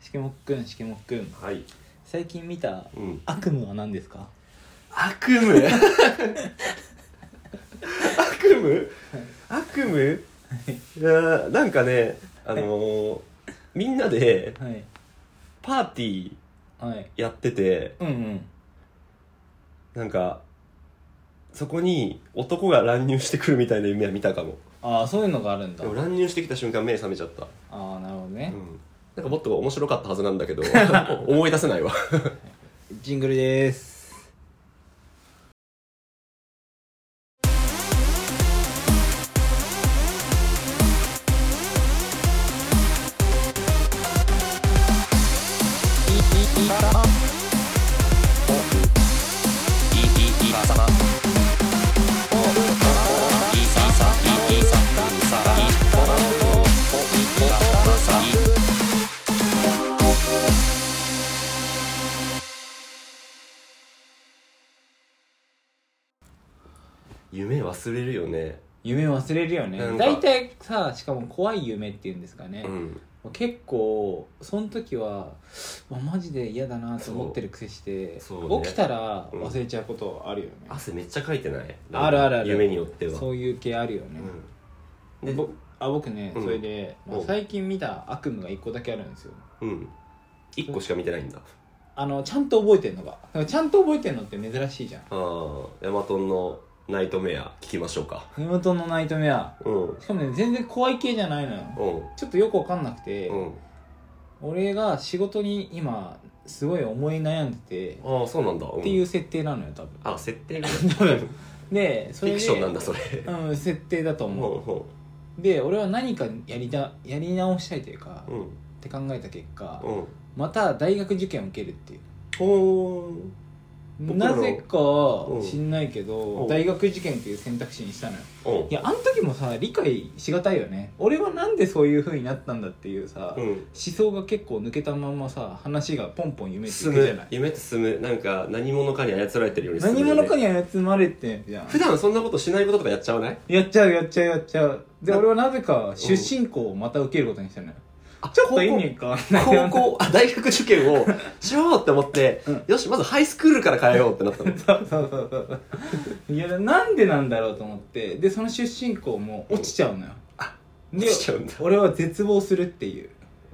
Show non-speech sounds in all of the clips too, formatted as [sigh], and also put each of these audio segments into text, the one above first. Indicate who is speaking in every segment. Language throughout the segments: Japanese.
Speaker 1: しけもっくんしけもっくん
Speaker 2: はい、
Speaker 1: 最近見た
Speaker 2: うん、
Speaker 1: 悪夢は何ですか
Speaker 2: 悪 [laughs] 夢悪夢悪夢いやーなんかねあのー、みんなで
Speaker 1: はい
Speaker 2: パーティー
Speaker 1: はい
Speaker 2: やってて
Speaker 1: うんうん
Speaker 2: なんかそこに男が乱入してくるみたいな夢は見たかも
Speaker 1: ああそういうのがあるんだ
Speaker 2: でも乱入してきた瞬間目覚めちゃった、
Speaker 1: ああなるほど
Speaker 2: う
Speaker 1: ね、
Speaker 2: ん、なんかもっと面白かったはずなんだ [laughs] けど思い出せないわ
Speaker 1: ジングルです
Speaker 2: 夢忘れるよね
Speaker 1: 夢忘れるよね
Speaker 2: なんか
Speaker 1: 大体さしかも怖い夢っていうんですかね
Speaker 2: う、ん
Speaker 1: 結構その時は、まあ、マジで嫌だなと思ってる癖して、
Speaker 2: そうそうね
Speaker 1: 起きたら忘れちゃうことあるよね、
Speaker 2: 汗めっちゃかいてない
Speaker 1: あるあるある
Speaker 2: 夢によっては
Speaker 1: そういう系あるよね、
Speaker 2: うんで
Speaker 1: ぼあ僕ね、
Speaker 2: うん
Speaker 1: それで、まあ
Speaker 2: お
Speaker 1: 最近見た悪夢が1個だけあるんですよ
Speaker 2: うん1個しか見てないんだ
Speaker 1: あのちゃんと覚えてるのがでもちゃんと覚えてるのって珍しいじゃん
Speaker 2: ああヤマトンのナイトメア聞きましょうか
Speaker 1: 根元のナイトメア
Speaker 2: うんうん
Speaker 1: しかもね全然怖い系じゃないのよちょっとよくわかんなくて、
Speaker 2: うん
Speaker 1: 俺が仕事に今すごい思い悩んでて
Speaker 2: ああそうなんだっ
Speaker 1: っていう設定なのよ多
Speaker 2: あ設
Speaker 1: [laughs]
Speaker 2: 定が
Speaker 1: 分、でそれで
Speaker 2: フィクションなんだそれ
Speaker 1: うん設定だと
Speaker 2: うん
Speaker 1: 思う、で俺は何かやりだやり直したいというか、
Speaker 2: う
Speaker 1: っ
Speaker 2: んうん
Speaker 1: て考えた結果、
Speaker 2: うん
Speaker 1: また大学受験を受けるっていう
Speaker 2: ほー僕ら
Speaker 1: な
Speaker 2: の
Speaker 1: ぜか
Speaker 2: ん
Speaker 1: 知んないけ
Speaker 2: う
Speaker 1: ど
Speaker 2: ん
Speaker 1: 大学受験っていう選択肢にしたのよ
Speaker 2: う
Speaker 1: い
Speaker 2: ん
Speaker 1: やあの時もさ理解しがたいよね俺はなんでそういう風になったんだっていうさ、思
Speaker 2: うん
Speaker 1: 想が結構抜けたままさ話がポンポン夢ってい
Speaker 2: 進
Speaker 1: くじゃ
Speaker 2: む
Speaker 1: ない
Speaker 2: 夢って進むなんか何者かに操られてるように進む
Speaker 1: 何
Speaker 2: よね
Speaker 1: 者かに操まれてんじゃん
Speaker 2: 普段そんなことしないこととかやっちゃわない
Speaker 1: やっちゃうやっちゃうやっちゃうで
Speaker 2: な
Speaker 1: 俺はなぜか出身校をまた受けることにしたのよ
Speaker 2: あ
Speaker 1: ちょっと意味変わんない
Speaker 2: 高校あ大学受
Speaker 1: [laughs]
Speaker 2: 験をしようって思って、
Speaker 1: うん
Speaker 2: よしまずハイスクールから変えようってなったの
Speaker 1: そうそうそうそういやなんでなんだろうと思ってでその出身校も落ちちゃうのよ
Speaker 2: あ
Speaker 1: で
Speaker 2: 落ちちゃうんだ
Speaker 1: 俺は絶望するっていう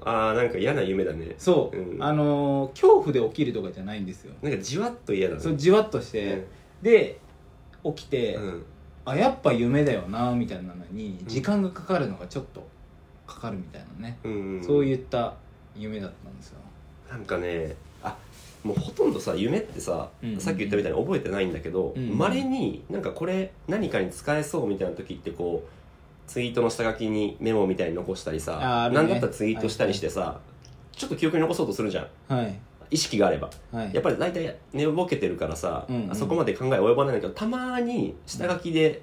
Speaker 2: あーなんか嫌な夢だね
Speaker 1: そう、
Speaker 2: うん
Speaker 1: あのー恐怖で起きるとかじゃないんですよ
Speaker 2: なんかじわっと嫌だね
Speaker 1: そうじわっとして、で起きて、
Speaker 2: うんうん
Speaker 1: あやっぱ夢だよなみたいなのに時間がかかるのがちょっとかかるみたいなね、
Speaker 2: うん
Speaker 1: そういった夢だったんですよ
Speaker 2: なんかねあもうほとんどさ夢ってさ、
Speaker 1: うんうん
Speaker 2: さっき言ったみたいに覚えてないんだけど
Speaker 1: うんうん
Speaker 2: まれ、稀になんかこれ何かに使えそうみたいな時ってこうツイートの下書きにメモみたいに残したり
Speaker 1: あーあ
Speaker 2: さ、
Speaker 1: るね
Speaker 2: なんだったらツイートしたりしてさ、ちょっと記憶に残そうとするじゃん
Speaker 1: はい
Speaker 2: 意識があれば
Speaker 1: はい
Speaker 2: やっぱり大体寝ぼけてるからさ、
Speaker 1: うんうん
Speaker 2: あそこまで考え及ばないんだけどたまに下書きで、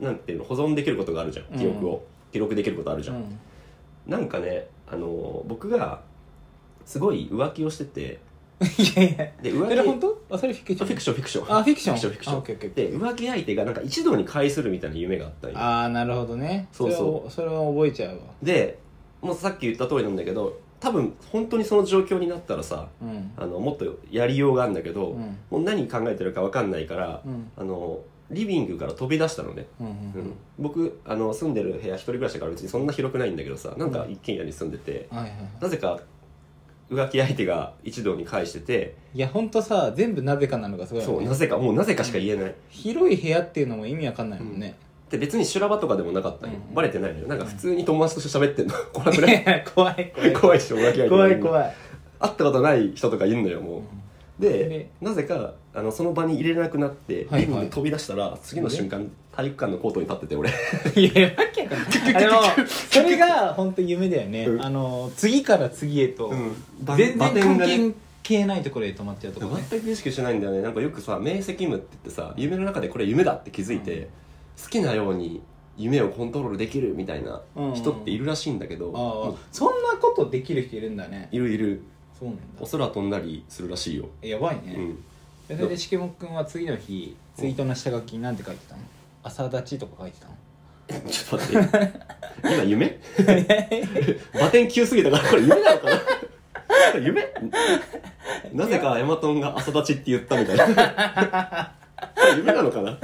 Speaker 2: なんていうの保存できることがあるじゃん記憶を、
Speaker 1: う
Speaker 2: 記録できることあるじゃん、
Speaker 1: うん
Speaker 2: なんかねあの僕がすごい浮気をしてて
Speaker 1: [laughs] いやいや
Speaker 2: で浮
Speaker 1: え
Speaker 2: 気
Speaker 1: れ本当あそれフィクショ
Speaker 2: あ
Speaker 1: ン
Speaker 2: フィクションフィクション
Speaker 1: あフィクション
Speaker 2: フィクションフィクション
Speaker 1: あオッケーオッケーオッケー
Speaker 2: で浮気相手がなんか一度に会するみたいな夢があったり
Speaker 1: ああなるほどね
Speaker 2: そうそう
Speaker 1: それはそれは覚えちゃうわ
Speaker 2: でもうさっき言った通りなんだけど多分本当にその状況になったらさ
Speaker 1: うん
Speaker 2: あのもっとやりようがあるんだけど、
Speaker 1: うん
Speaker 2: もう何考えてるか分かんないから、
Speaker 1: うん
Speaker 2: あのリビングから飛び出したのね、
Speaker 1: うん
Speaker 2: う
Speaker 1: うんん
Speaker 2: 僕あの住んでる部屋一人暮らしだから別にそんな広くないんだけどさなんか一軒家に住んでて、
Speaker 1: はいはいはい
Speaker 2: なぜか浮気相手が一堂に会してて、
Speaker 1: いやほんとさ全部なぜかなのがすごいよ
Speaker 2: そう
Speaker 1: ね
Speaker 2: なぜかもうなぜかしか言えない、
Speaker 1: 広い部屋っていうのも意味わかんないもんね、
Speaker 2: で別に修羅場とかでもなかったんよ、
Speaker 1: うん
Speaker 2: バレてないのよなんか普通に友達として
Speaker 1: [laughs]
Speaker 2: 喋ってんのこれ
Speaker 1: い
Speaker 2: ぐらい
Speaker 1: や怖い怖い
Speaker 2: 怖いでしょ浮気相手
Speaker 1: 怖い怖い
Speaker 2: 会ったことない人とかいるのよもうで
Speaker 1: で
Speaker 2: なぜかあのその場に入れなくなって、
Speaker 1: はい
Speaker 2: リビング飛び出したら次の瞬間体育館のコートに立ってて俺
Speaker 1: いやわけがないあ
Speaker 2: [laughs]
Speaker 1: でもそれが本当夢だよね、
Speaker 2: うん
Speaker 1: あの次から次へと、
Speaker 2: うん
Speaker 1: 全然
Speaker 2: バテン
Speaker 1: 関
Speaker 2: がね
Speaker 1: 係係ないところへ止まっちゃうとこね
Speaker 2: 全く意識しないんだよねなんかよくさ明晰夢って言ってさ夢の中でこれ夢だって気づいて、
Speaker 1: うん
Speaker 2: 好きなように夢をコントロールできるみたいな人っているらしいんだけど、
Speaker 1: あ
Speaker 2: も
Speaker 1: あ
Speaker 2: う
Speaker 1: そんなことできる人いるんだね
Speaker 2: いるいる
Speaker 1: そうなん
Speaker 2: お
Speaker 1: だ
Speaker 2: 空飛んだりするらしいよ、
Speaker 1: やばいね、
Speaker 2: うん、
Speaker 1: えそれでしけもっくんは次の日ツイートの下書きに何て書いてたの朝立ちとか書いてたの
Speaker 2: ちょっと待って今夢バテン急すぎたからこれ夢なのかな夢なぜかヤマトンが朝立ちって言ったみたいな夢なのかな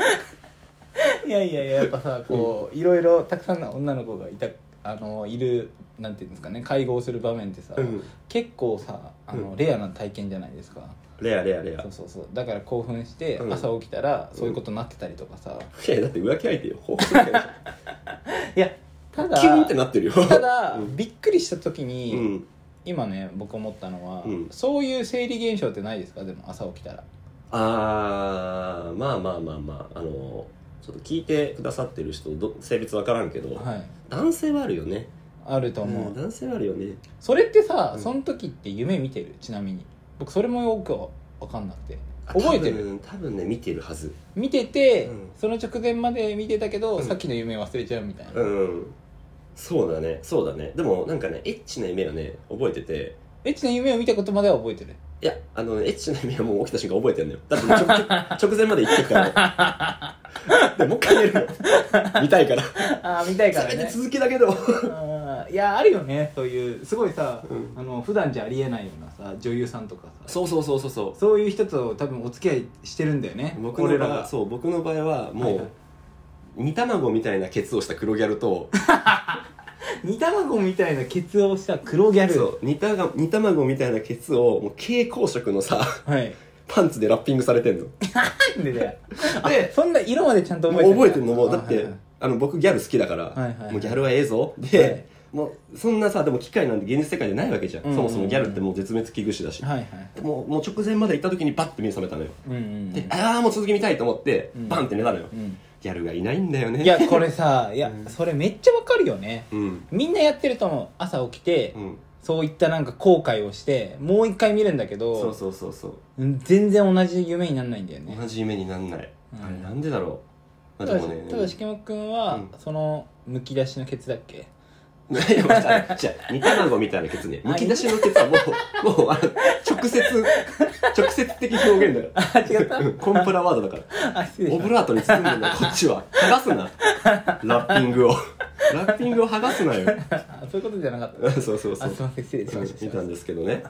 Speaker 1: [laughs]
Speaker 2: い
Speaker 1: やいやいややっぱさこういろいろたくさんの女の子がいたあのいるなんていうんですかね会合をする場面ってさ、
Speaker 2: うん
Speaker 1: 結構さあの、
Speaker 2: うん
Speaker 1: レアな体験じゃないですか
Speaker 2: レアレアレア
Speaker 1: そうそうそうだから興奮して
Speaker 2: うん
Speaker 1: 朝起きたら、そういうことになってたりとかさ、
Speaker 2: いやだって浮気相手よ報復みたいない
Speaker 1: やただ
Speaker 2: キュンってなってるよ
Speaker 1: ただ、
Speaker 2: うん
Speaker 1: びっくりした時
Speaker 2: う
Speaker 1: に、
Speaker 2: ん
Speaker 1: 今ね僕思ったのは、
Speaker 2: うん
Speaker 1: そういう生理現象ってないですかでも朝起きたら
Speaker 2: あーまあまあまあまああのちょっと聞いてくださってる人ど性別わからんけど、
Speaker 1: はい
Speaker 2: 男性はあるよね、
Speaker 1: あると思う、
Speaker 2: うん男性はあるよね
Speaker 1: それってさ、
Speaker 2: うん
Speaker 1: その時って夢見てるちなみに僕それもよく分かんなくて覚えて
Speaker 2: 多
Speaker 1: る
Speaker 2: 分多分ね見てるはず
Speaker 1: 見てて、
Speaker 2: うん
Speaker 1: その直前まで見てたけど、
Speaker 2: うん
Speaker 1: さっきの夢忘れちゃうみたいな、
Speaker 2: うんそうだねそうだねでもなんかねエッチな夢はね覚えてて
Speaker 1: エッチな夢を見たことまでは覚えてる
Speaker 2: いやあのねエッチな夢はもう起きた瞬間覚えてんのよだって直 [laughs] 直前まで行ってるからね [laughs] でもう一回寝るの見たいから
Speaker 1: [laughs] ああ見たいから
Speaker 2: せ
Speaker 1: [laughs]
Speaker 2: め
Speaker 1: ね
Speaker 2: て続きだけど
Speaker 1: あーいやあるよねそういうすごいさ、
Speaker 2: うん
Speaker 1: あの普段じゃありえないようなさ女優さんとかさ
Speaker 2: そうそうそうそうそう
Speaker 1: そういう人と多分お付き合いしてるんだよね
Speaker 2: 僕の
Speaker 1: 俺
Speaker 2: 場
Speaker 1: ら
Speaker 2: 合は
Speaker 1: が
Speaker 2: そう僕の場合はもう、
Speaker 1: はいはい
Speaker 2: 煮卵みたいなケツをした黒ギャルと
Speaker 1: 煮卵みたいなケツをした黒ギャル
Speaker 2: そう煮たが煮卵みたいなケツをもう蛍光色のさ
Speaker 1: はい
Speaker 2: パンツでラッピングされてんの
Speaker 1: なんでだよ
Speaker 2: で
Speaker 1: そんな色までちゃんと覚え
Speaker 2: も
Speaker 1: て
Speaker 2: う覚えてんのもうだっ
Speaker 1: はい
Speaker 2: て
Speaker 1: はいはい
Speaker 2: あの僕ギャル好きだから、
Speaker 1: はいはいはい
Speaker 2: もうギャルはええぞで、
Speaker 1: はい
Speaker 2: もうそんなさでも機械なんて現実世界でないわけじゃん,、
Speaker 1: うんうんうん
Speaker 2: そもそもギャルってもう絶滅危惧種だし、
Speaker 1: はいはい
Speaker 2: もうもう直前まで行った時にバッて目覚めたのよ、
Speaker 1: うんうん
Speaker 2: でああもう続き見たいと思って、
Speaker 1: うん
Speaker 2: バンって寝たのよ、
Speaker 1: うん
Speaker 2: ギャルがいないんだよね
Speaker 1: いやこれ
Speaker 2: [laughs]
Speaker 1: さいや
Speaker 2: うん
Speaker 1: それめっちゃわかるよね
Speaker 2: うん
Speaker 1: みんなやってると思う朝起きて
Speaker 2: うん
Speaker 1: そういったなんか後悔をしてもう一回見るんだけ
Speaker 2: そう
Speaker 1: ど
Speaker 2: そうそうそう
Speaker 1: うん全然同じ夢にならないんだよね
Speaker 2: 同じ夢になんない、
Speaker 1: うん
Speaker 2: あれなんでだろう、
Speaker 1: た
Speaker 2: ま
Speaker 1: だ
Speaker 2: あ、で
Speaker 1: し
Speaker 2: もね
Speaker 1: ただしけもくんは
Speaker 2: うん
Speaker 1: そのむき出しのケツだっけ
Speaker 2: いやまあ [laughs] じゃあ煮卵みたいなケツね
Speaker 1: あ
Speaker 2: むき出しのケツはもうもうあの直接直接的表現だよ
Speaker 1: [laughs] あ違った
Speaker 2: うんコンプラワードだから
Speaker 1: あ失礼し
Speaker 2: オ
Speaker 1: ま
Speaker 2: ブ
Speaker 1: した
Speaker 2: ラートに包んでんだよこっちは剥がすなラッピングをラッピングを剥がすなよ [laughs]
Speaker 1: あそういうことじゃなかった
Speaker 2: うんそうそうそ
Speaker 1: あ
Speaker 2: う
Speaker 1: すいません失礼しまし
Speaker 2: 見た
Speaker 1: た
Speaker 2: んですけどね、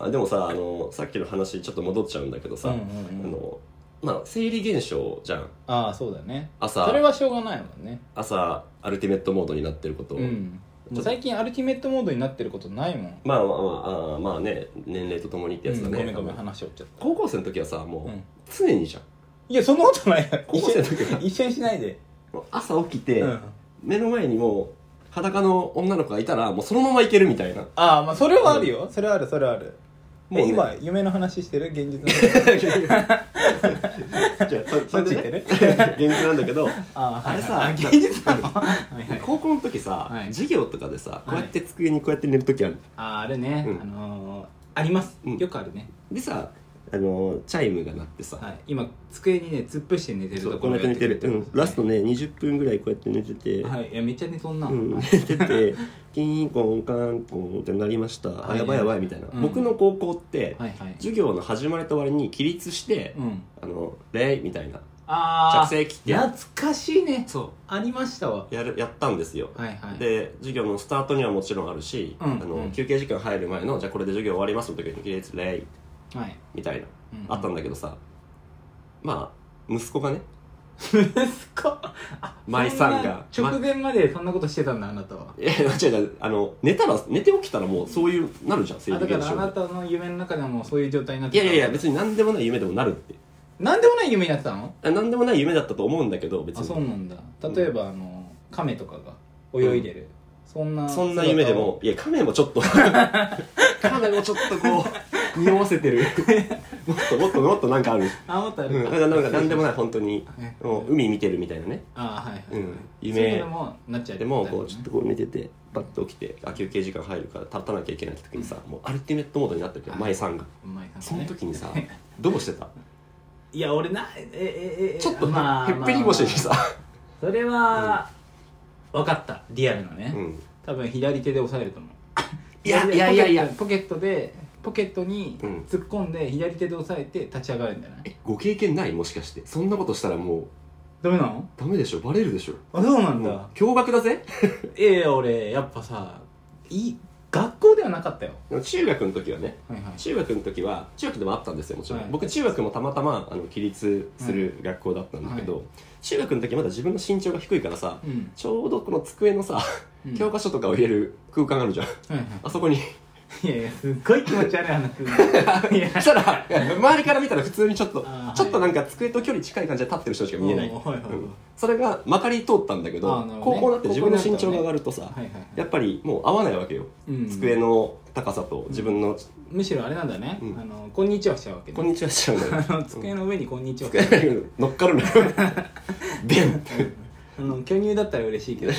Speaker 2: あでもさあのさっきの話ちょっと戻っちゃうんだけどさ、
Speaker 1: うんうん
Speaker 2: あ
Speaker 1: うん
Speaker 2: のまあ生理現象じゃん
Speaker 1: ああそうだね
Speaker 2: 朝
Speaker 1: それはしょうがないもんね
Speaker 2: 朝アルティメットモードになってること、
Speaker 1: うんもう最近アルティメットモードになってることないもん
Speaker 2: まあまあまああーまあね年齢とともにってやつだね、
Speaker 1: うんごめんごめん話しおっちゃった
Speaker 2: 高校生の時はさもう、
Speaker 1: うん
Speaker 2: 常にじゃん
Speaker 1: いやそんなことないよ
Speaker 2: 高校
Speaker 1: 一
Speaker 2: 生
Speaker 1: 緒
Speaker 2: の時は
Speaker 1: に一緒にしないで
Speaker 2: もう朝起きて、
Speaker 1: うん
Speaker 2: 目の前にもう裸の女の子がいたらもうそのままいけるみたいな
Speaker 1: ああまあそれはあるよそれはあるそれはある
Speaker 2: もう
Speaker 1: え
Speaker 2: ね
Speaker 1: 今夢の話してる現実の
Speaker 2: [laughs]
Speaker 1: 話
Speaker 2: じゃあそそれで、ね、 [laughs] 現実なんだけど
Speaker 1: あ
Speaker 2: あれさ
Speaker 1: はいはいあ現実なのはいはい
Speaker 2: 高校の時さ、
Speaker 1: はい
Speaker 2: 授業とかでさこうやって机にこうやって寝る時ある
Speaker 1: ああるね
Speaker 2: うん
Speaker 1: あのーあります
Speaker 2: うん
Speaker 1: よくあるね
Speaker 2: でさあのチャイムが鳴ってさ、
Speaker 1: はい今机にね突っ伏して寝てる
Speaker 2: そ
Speaker 1: と
Speaker 2: う
Speaker 1: こ
Speaker 2: こ
Speaker 1: ろ
Speaker 2: うやって寝て
Speaker 1: や
Speaker 2: る、
Speaker 1: っ
Speaker 2: うん、ラストね20分ぐらいこうやって寝てて、
Speaker 1: はいいやめっちゃ寝とんな
Speaker 2: うん、寝ててキーンコンカーンコンってなりました、
Speaker 1: い
Speaker 2: あやばいやばいみたいな、
Speaker 1: うん
Speaker 2: 僕の高校って、
Speaker 1: はいはい
Speaker 2: 授業の始まりと終わりに起立して「
Speaker 1: うん
Speaker 2: あの礼」みたいな
Speaker 1: あ
Speaker 2: 着
Speaker 1: あ
Speaker 2: 席ってや
Speaker 1: 懐かしいね
Speaker 2: そ
Speaker 1: ありましたわ
Speaker 2: うやるやったんですよ、
Speaker 1: はいはい
Speaker 2: で授業のスタートにはもちろんあるし、
Speaker 1: うん
Speaker 2: あの
Speaker 1: うん
Speaker 2: 休憩時間入る前の「じゃあこれで授業終わります」の時に「起立礼
Speaker 1: はい」
Speaker 2: みたいな、
Speaker 1: うん
Speaker 2: あったんだけどさまあ息子がね
Speaker 1: [laughs]
Speaker 2: [laughs]
Speaker 1: すっごいあ
Speaker 2: 舞さんが
Speaker 1: そな直前までそんなことしてたんだあなたは、
Speaker 2: いや違う違うあの寝たら寝て起きたらもうそういうなるじゃん生
Speaker 1: あ
Speaker 2: 理
Speaker 1: だ
Speaker 2: 現
Speaker 1: からあ
Speaker 2: 象
Speaker 1: なたの夢の中でもそういう状態になっ
Speaker 2: い
Speaker 1: て
Speaker 2: や
Speaker 1: た
Speaker 2: いやいや別に何でもない夢でもなるって
Speaker 1: なんでもない夢になってたの
Speaker 2: あ何でもない夢だったと思うんだけど別
Speaker 1: あ
Speaker 2: に
Speaker 1: そうなんだ例えば、あの亀とかが泳いでる、そんな
Speaker 2: そんな夢でもいや亀もちょっと亀もちょっとこ [laughs] う匂わせてるもっともっともっとなんかあ [laughs] る、
Speaker 1: あもっとあ
Speaker 2: うん、
Speaker 1: る
Speaker 2: だ
Speaker 1: か、
Speaker 2: からなんか何でもない本当に
Speaker 1: ね
Speaker 2: もう海見てるみたいなね、
Speaker 1: あはいはい、
Speaker 2: うん、
Speaker 1: そういうの
Speaker 2: 夢
Speaker 1: でもなっちゃう
Speaker 2: でもこうちょっとこう寝ててバッと起きてあ休憩時間入るから立たなきゃいけない時にさもうアルティメットモードになってるけど
Speaker 1: はい
Speaker 2: 舞さんが
Speaker 1: うまい
Speaker 2: その時にさどうしてた
Speaker 1: いや俺なええええ
Speaker 2: ちょっと
Speaker 1: まあ
Speaker 2: へっぺり腰にさ、
Speaker 1: それは、分かったリアルなね、
Speaker 2: うん
Speaker 1: 多分左手で押さえると思う
Speaker 2: いやいやいやいや
Speaker 1: ポケットでポケットに
Speaker 2: うん
Speaker 1: 突っ込んで左手で押さえて立ち上がるんじゃない、
Speaker 2: えご経験ないもしかしてそんなことしたらもう
Speaker 1: ダメなの
Speaker 2: ダメでしょバレるでしょ
Speaker 1: あそうなん
Speaker 2: もう驚愕だぜ
Speaker 1: いやいや俺やっぱさいい学校ではなかったよ、
Speaker 2: でも中学の時はね
Speaker 1: はいはい、
Speaker 2: 中学の時は中学でもあったんですよもちろん、
Speaker 1: はい
Speaker 2: 僕中学もたまたまあの起立する学校だったんだけど、
Speaker 1: は
Speaker 2: 中学の時まだ自分の身長が低いからさ、
Speaker 1: うん
Speaker 2: ちょうどこの机のさ、
Speaker 1: うん
Speaker 2: 教科書とかを入れる空間があ
Speaker 1: [laughs]
Speaker 2: るじゃん
Speaker 1: はいは
Speaker 2: あそこに
Speaker 1: い、いやいやすっごい気持ち悪い話 [laughs] するいや
Speaker 2: そしたら周りから見たら普通にちょっと
Speaker 1: あー
Speaker 2: ちょっとなんか机と距離近い感じで立ってる人しか見えない、
Speaker 1: おーはいはいはい
Speaker 2: うんそれがまかり通ったんだけど
Speaker 1: あーなるほどね
Speaker 2: 高校になって自分の身長が上がるとさ、
Speaker 1: はいはいはい
Speaker 2: やっぱりもう合わないわけよ、
Speaker 1: うん
Speaker 2: 机の高さと自分の、
Speaker 1: むしろあれなんだね、
Speaker 2: うん
Speaker 1: あのこんにちはしちゃうわけ
Speaker 2: こん
Speaker 1: ね
Speaker 2: にちはしちゃうのよ
Speaker 1: あの机の上にこんにちは
Speaker 2: 乗っかるのよベンって
Speaker 1: あの巨乳だったら嬉しいけど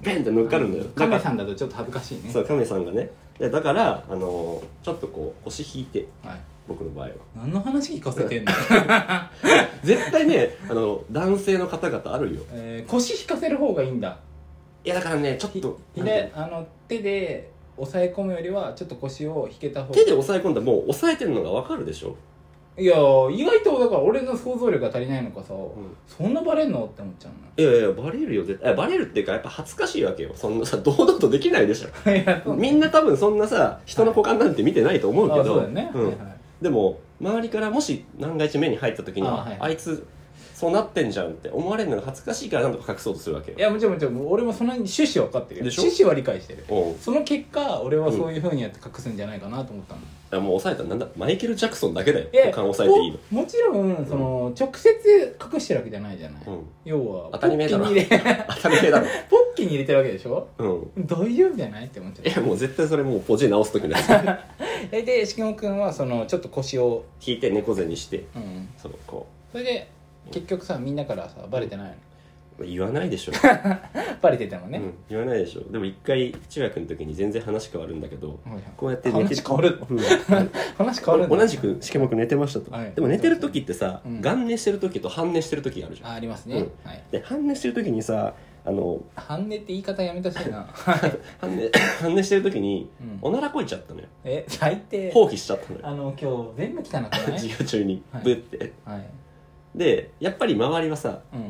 Speaker 2: ベンって乗っかるのよ
Speaker 1: カメさ
Speaker 2: ん
Speaker 1: んだとちょっと恥ずかしいね
Speaker 2: そう亀さんがねでだからあのちょっとこう腰引いて
Speaker 1: はい、
Speaker 2: 僕の場合は
Speaker 1: 何の話聞かせてんの、
Speaker 2: 絶対ね
Speaker 1: [laughs]
Speaker 2: あの男性の方々あるよ
Speaker 1: えー腰引かせる方がいいんだ
Speaker 2: いやだからねちょっ
Speaker 1: ひ
Speaker 2: と
Speaker 1: ひであの手で押さえ込むよりはちょっと腰を引けた方が
Speaker 2: 手で押さえ込んだらもう押さえてるのがわかるでしょ、
Speaker 1: いや意外とだから俺の想像力が足りないのかさ、
Speaker 2: うん
Speaker 1: そんなバレんのって思っちゃう
Speaker 2: いやいやバレるよ絶対いやバレるっていうかやっぱ恥ずかしいわけよそんなさ堂々とできないでしょ
Speaker 1: のいやそう
Speaker 2: みんな多分そんなさ人の股間なんて見てないと思うけど、
Speaker 1: あそうだよね、
Speaker 2: うん
Speaker 1: はいはい
Speaker 2: でも周りからもし万が一目に入った時に
Speaker 1: あ
Speaker 2: あ,、
Speaker 1: はい
Speaker 2: いつそうなってんじゃんって思われるのが恥ずかしいからなんとか隠そうとするわけよ
Speaker 1: いやもちろんもちろん俺もその趣旨は分かってるよ
Speaker 2: でしょ
Speaker 1: 趣旨は理解してる
Speaker 2: おうい
Speaker 1: その結果俺はそういうふうにやって隠すんじゃないかなと思ったの、
Speaker 2: やもう抑えたらなんだマイケル・ジャクソンだけだよ
Speaker 1: いや
Speaker 2: 股間抑えていいの、
Speaker 1: ももちろんその、直接隠してるわけじゃないじゃない、
Speaker 2: うん、
Speaker 1: 要は
Speaker 2: 当たり前だな
Speaker 1: ポッキーに入れ [laughs]
Speaker 2: 当たり前だろ
Speaker 1: ポッキーに入れてるわけでしょ
Speaker 2: うん
Speaker 1: 大丈夫じゃないって思っちゃ
Speaker 2: いうやもう絶対それもうポジ直す時のや
Speaker 1: [laughs]
Speaker 2: つ
Speaker 1: えでしきもくんはそのちょっと腰を、
Speaker 2: 引いて猫背にして
Speaker 1: うん、
Speaker 2: そのこ
Speaker 1: それで結局さみんなからさバレてないの
Speaker 2: う言わないでしょ、
Speaker 1: バレててもね、
Speaker 2: うん、言わないでしょでも一回中学の時に全然話変わるんだけど
Speaker 1: はいはい
Speaker 2: こうやって寝て
Speaker 1: 話変わる
Speaker 2: うん
Speaker 1: 話変わるんだ
Speaker 2: 同じくしけもく寝てましたと、
Speaker 1: はい
Speaker 2: でも寝てる時ってさ、
Speaker 1: うん
Speaker 2: 眼寝してる時と半寝してる時があるじゃん
Speaker 1: あありますね、
Speaker 2: うん
Speaker 1: はい
Speaker 2: で半寝してる時にさあの
Speaker 1: 半値って言い方やめてほしい
Speaker 2: [laughs]
Speaker 1: な
Speaker 2: 半寝 [coughs] 半寝してる時に、
Speaker 1: うん
Speaker 2: おならこいちゃったのよ
Speaker 1: え最低
Speaker 2: 放棄しちゃったのよ
Speaker 1: あの今日全部汚くな
Speaker 2: [laughs]
Speaker 1: い
Speaker 2: 授業中に
Speaker 1: はい
Speaker 2: ブって
Speaker 1: はい
Speaker 2: でやっぱり周りはさ
Speaker 1: うん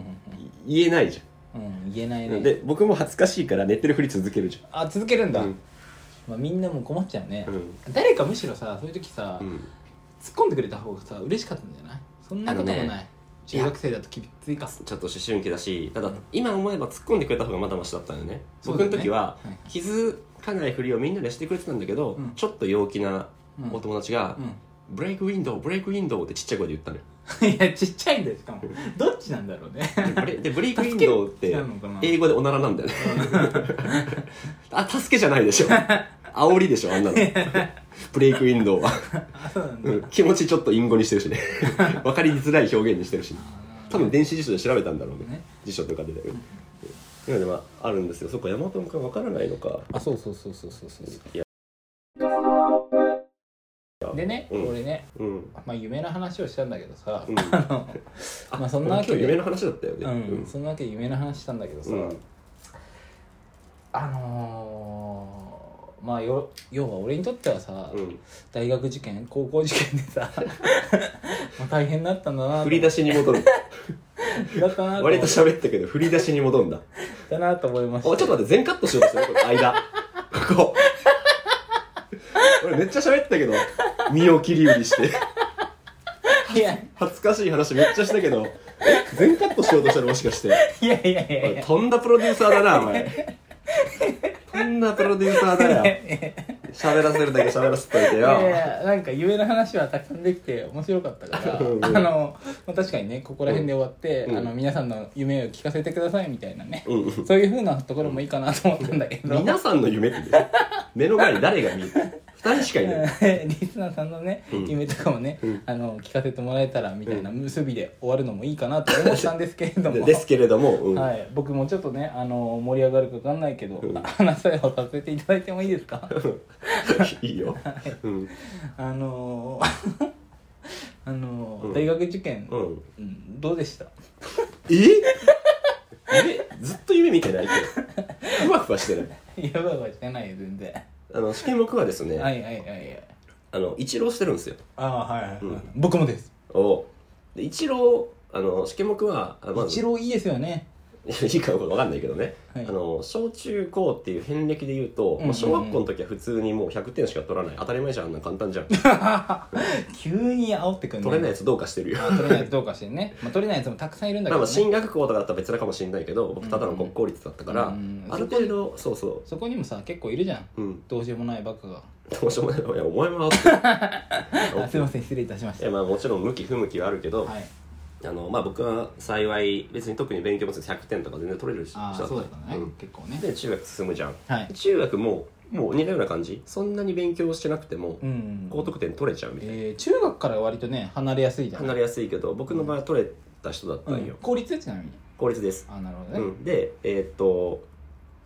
Speaker 2: い言えないじ
Speaker 1: うんうん、うん、言えな
Speaker 2: ゃ
Speaker 1: い
Speaker 2: ん
Speaker 1: ね
Speaker 2: で僕も恥ずかしいから寝てるふり続けるじ
Speaker 1: あ続けるん
Speaker 2: ゃ
Speaker 1: だ、
Speaker 2: んうん
Speaker 1: まあ、みんなもう困っちゃうね、
Speaker 2: うん
Speaker 1: 誰かむしろさそういう時さ、
Speaker 2: うん
Speaker 1: 突っ込んでくれた方がさ嬉しかったんじゃないそんなこともない、
Speaker 2: あのね
Speaker 1: 中学生だときついか
Speaker 2: ちょっと思春期だしただ今思えば突っ込んでくれた方がまだマシだったのよね
Speaker 1: そう
Speaker 2: 僕
Speaker 1: だ
Speaker 2: の
Speaker 1: ね
Speaker 2: 時は
Speaker 1: はいはい
Speaker 2: 気づかないふりをみんなでしてくれてたんだけど、
Speaker 1: うん
Speaker 2: ちょっと陽気な
Speaker 1: うん
Speaker 2: お友達が、
Speaker 1: う
Speaker 2: ブレイクウィンドウブレイクウィンドウってちっちゃい声で言ったのよ
Speaker 1: ん、 [laughs] いやちっちゃいんだよしかもどっちなんだろうね
Speaker 2: でブレでブレイクウィンドウって
Speaker 1: 助けなのかな
Speaker 2: 英語でおならなんだよね [laughs] あ助けじゃないでしょ煽りでしょあ
Speaker 1: [laughs]
Speaker 2: んなのブレイクウィンドウは、
Speaker 1: あ [laughs] そうなんだ、
Speaker 2: うん気持ちちょっと隠語にしてる
Speaker 1: [laughs]
Speaker 2: しね分かりづらい表現にしてるし多分電子辞書で調べたんだろうね
Speaker 1: ね
Speaker 2: 辞書とかで、ね今でもあるんですよそっか山本君分からないのか
Speaker 1: あそうそうそうそうそうそう
Speaker 2: いや
Speaker 1: でね、
Speaker 2: うん
Speaker 1: 俺ね
Speaker 2: うん、
Speaker 1: まあ夢の話をしたんだけどさ、
Speaker 2: う
Speaker 1: [laughs]
Speaker 2: ん、
Speaker 1: まあそんなわけ
Speaker 2: 今日
Speaker 1: で
Speaker 2: 夢の話だったよね
Speaker 1: うん、そんなわけで夢の話したんだけどさ、
Speaker 2: うん
Speaker 1: あのー、まあよ要は俺にとってはさ、
Speaker 2: うん
Speaker 1: 大学受験高校受験で
Speaker 2: [laughs]
Speaker 1: さまあ大変だったんだな
Speaker 2: 振り出
Speaker 1: し
Speaker 2: し
Speaker 1: [laughs]
Speaker 2: に戻る
Speaker 1: だったなと思
Speaker 2: 割と喋ったけど振り出しに戻んだ
Speaker 1: だなと思いまし
Speaker 2: あち
Speaker 1: た
Speaker 2: ょっと待って全カットしようとしてるこの間ここ俺めっちゃ喋ったけど身を切り売りして
Speaker 1: いや
Speaker 2: 恥ずかしい話めっちゃしたけどえ全カットしようとしたのもしかして
Speaker 1: いやいやいや
Speaker 2: お
Speaker 1: い
Speaker 2: い
Speaker 1: や
Speaker 2: とんだプロデューサーだなお前とんだプロデューサーだよ喋らせるだけ喋らせといて
Speaker 1: い
Speaker 2: よ
Speaker 1: やいやなんか夢の話はたくさんできて面白かったから
Speaker 2: うん
Speaker 1: あの、まあ、確かにねここら辺で終わって、
Speaker 2: うん
Speaker 1: あの皆さんの夢を聞かせてくださいみたいなね、
Speaker 2: うんうん
Speaker 1: そういうふうなところもいいかなと思ったんだけど
Speaker 2: 皆さんの夢ってね目の前に誰が見える2人しかいない
Speaker 1: え [laughs] ーリスナーさんのね、
Speaker 2: うん
Speaker 1: 夢とかもね、
Speaker 2: うん
Speaker 1: あの聞かせてもらえたらみたいな結びで終わるのもいいかなと思ったんですけれど
Speaker 2: で
Speaker 1: も
Speaker 2: ですけれども、うん
Speaker 1: はい、僕もちょっとねあの盛り上がるか分かんないけど、
Speaker 2: うん
Speaker 1: 話さえをさせていただいてもいいですか
Speaker 2: [laughs] いいよ、うん
Speaker 1: [laughs] あの [laughs] あの、
Speaker 2: うん
Speaker 1: 大学受験、
Speaker 2: う
Speaker 1: うん
Speaker 2: ん
Speaker 1: どうでした [laughs]
Speaker 2: え夢ずっと夢見てないけどふわふわしてる
Speaker 1: やばいわしてないよ全然、
Speaker 2: あの試験目はですね、
Speaker 1: はいはいはいはい
Speaker 2: あの一浪してるんですよ
Speaker 1: ああはいはい、はい
Speaker 2: うん
Speaker 1: 僕もです
Speaker 2: おうで一浪あの試験目はあまず
Speaker 1: 一郎いいですよね
Speaker 2: いいかどうか分かんないけどね、
Speaker 1: はい
Speaker 2: あの小中高っていう遍歴で言うと、まあ、小学校の時は普通にもう100点しか取らない当たり前じゃんあんなん簡単じゃ
Speaker 1: [laughs]
Speaker 2: ん取
Speaker 1: 急に煽ってくんね
Speaker 2: れないやつどうかしてるよ
Speaker 1: まあ取 [laughs] れないやつどうかしてね、まあ、取れないやつもたくさんいるんだけ
Speaker 2: ま
Speaker 1: ど、
Speaker 2: あまあ
Speaker 1: ね、
Speaker 2: 進学校とかだったら別だかもしれないけど僕ただの国公立だったから、
Speaker 1: うん
Speaker 2: ある程度そうそ
Speaker 1: そこにもさ結構いるじゃん
Speaker 2: ううん
Speaker 1: どうしようもないバカが
Speaker 2: どうしようもないいやお前もあって
Speaker 1: [laughs] あすいません失礼いたしまし
Speaker 2: い
Speaker 1: た
Speaker 2: やまあもちろん向き不向きはあるけど、
Speaker 1: はい
Speaker 2: あのまあ、僕は幸い別に特に勉強もせず100点とか全然取れるし
Speaker 1: あ
Speaker 2: 人
Speaker 1: あ
Speaker 2: った
Speaker 1: そうだったね、
Speaker 2: うん
Speaker 1: 結構ね
Speaker 2: で中学進むじゃん、
Speaker 1: はい
Speaker 2: 中学ももう似たような感じそんなに勉強してなくても
Speaker 1: うん
Speaker 2: 高得点取れちゃうみたい
Speaker 1: えー、中学から割とね離れやすいじ
Speaker 2: な
Speaker 1: ゃん
Speaker 2: 離れやすいけど僕の場合は取れた人だった
Speaker 1: うんん
Speaker 2: よ、
Speaker 1: 効率ちなみに
Speaker 2: 公立です、
Speaker 1: あなるほ
Speaker 2: う
Speaker 1: どね
Speaker 2: ん、でえーっと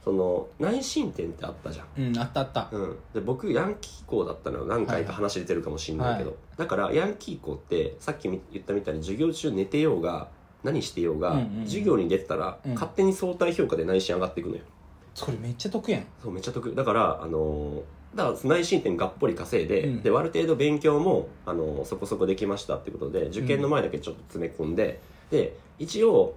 Speaker 2: その内申点ってあったじゃん
Speaker 1: うん、あったあった
Speaker 2: うん、で僕ヤンキー校だったのよ何回か話出てるかもしれないけど、だからヤンキー校ってさっきみ言ったみたいに授業中寝てようが何してようが、
Speaker 1: うんうんうん
Speaker 2: 授業に出てたら、
Speaker 1: うん
Speaker 2: 勝手に相対評価で内申上がっていくのよ
Speaker 1: それめっちゃ得やん
Speaker 2: そうめっちゃ得だからあのーだから内申点がっぽり稼いで,、
Speaker 1: うん
Speaker 2: である程度勉強も、あのーそこそこできましたってことで受験の前だけちょっと詰め込んで、で一応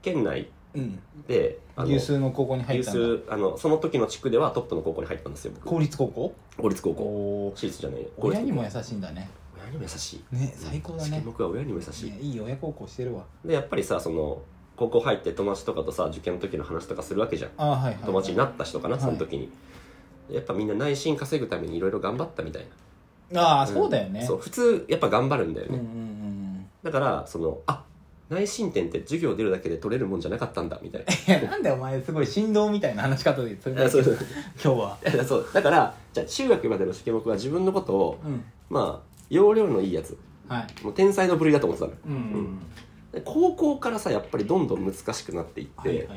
Speaker 2: 県内
Speaker 1: うん
Speaker 2: であの
Speaker 1: 有数の高校に入
Speaker 2: 有
Speaker 1: ったんだ
Speaker 2: 数あのその時の地区ではトップの高校に入ったんですよ僕
Speaker 1: 公立高校
Speaker 2: 公立高校
Speaker 1: おー
Speaker 2: 私立じゃないよ
Speaker 1: 親にも優しいんだね
Speaker 2: 親にも優しい
Speaker 1: ね最高だ
Speaker 2: 試験
Speaker 1: ね
Speaker 2: 僕は親にも優しい、
Speaker 1: ねいい親孝行してるわ
Speaker 2: でやっぱりさその高校入って友達とかとさ受験の時の話とかするわけじゃん
Speaker 1: あーはいはい
Speaker 2: 友達になった人かな、
Speaker 1: はい
Speaker 2: その時にやっぱみんな内心稼ぐためにいろいろ頑張ったみたいな
Speaker 1: ああそうだよね
Speaker 2: そう普通やっぱ頑張るんだよ
Speaker 1: うん
Speaker 2: ね、
Speaker 1: うんうん
Speaker 2: だからそのあ内申点って授業出るだけで取れるもんじゃなかったんだみ
Speaker 1: [laughs]
Speaker 2: たい
Speaker 1: いやなんだよお前すごい振動みたいな話し方でそれ
Speaker 2: な
Speaker 1: だ
Speaker 2: あ
Speaker 1: け
Speaker 2: そう
Speaker 1: 今
Speaker 2: そう
Speaker 1: 日は
Speaker 2: そうだからじゃあ中学までの試験僕は自分のことを
Speaker 1: うん
Speaker 2: まあ要領のいいやつ
Speaker 1: はい
Speaker 2: もう天才の部類だと思ってたのよ
Speaker 1: うんうん
Speaker 2: で高校からさやっぱりどんどん難しくなっていって、
Speaker 1: はいはいは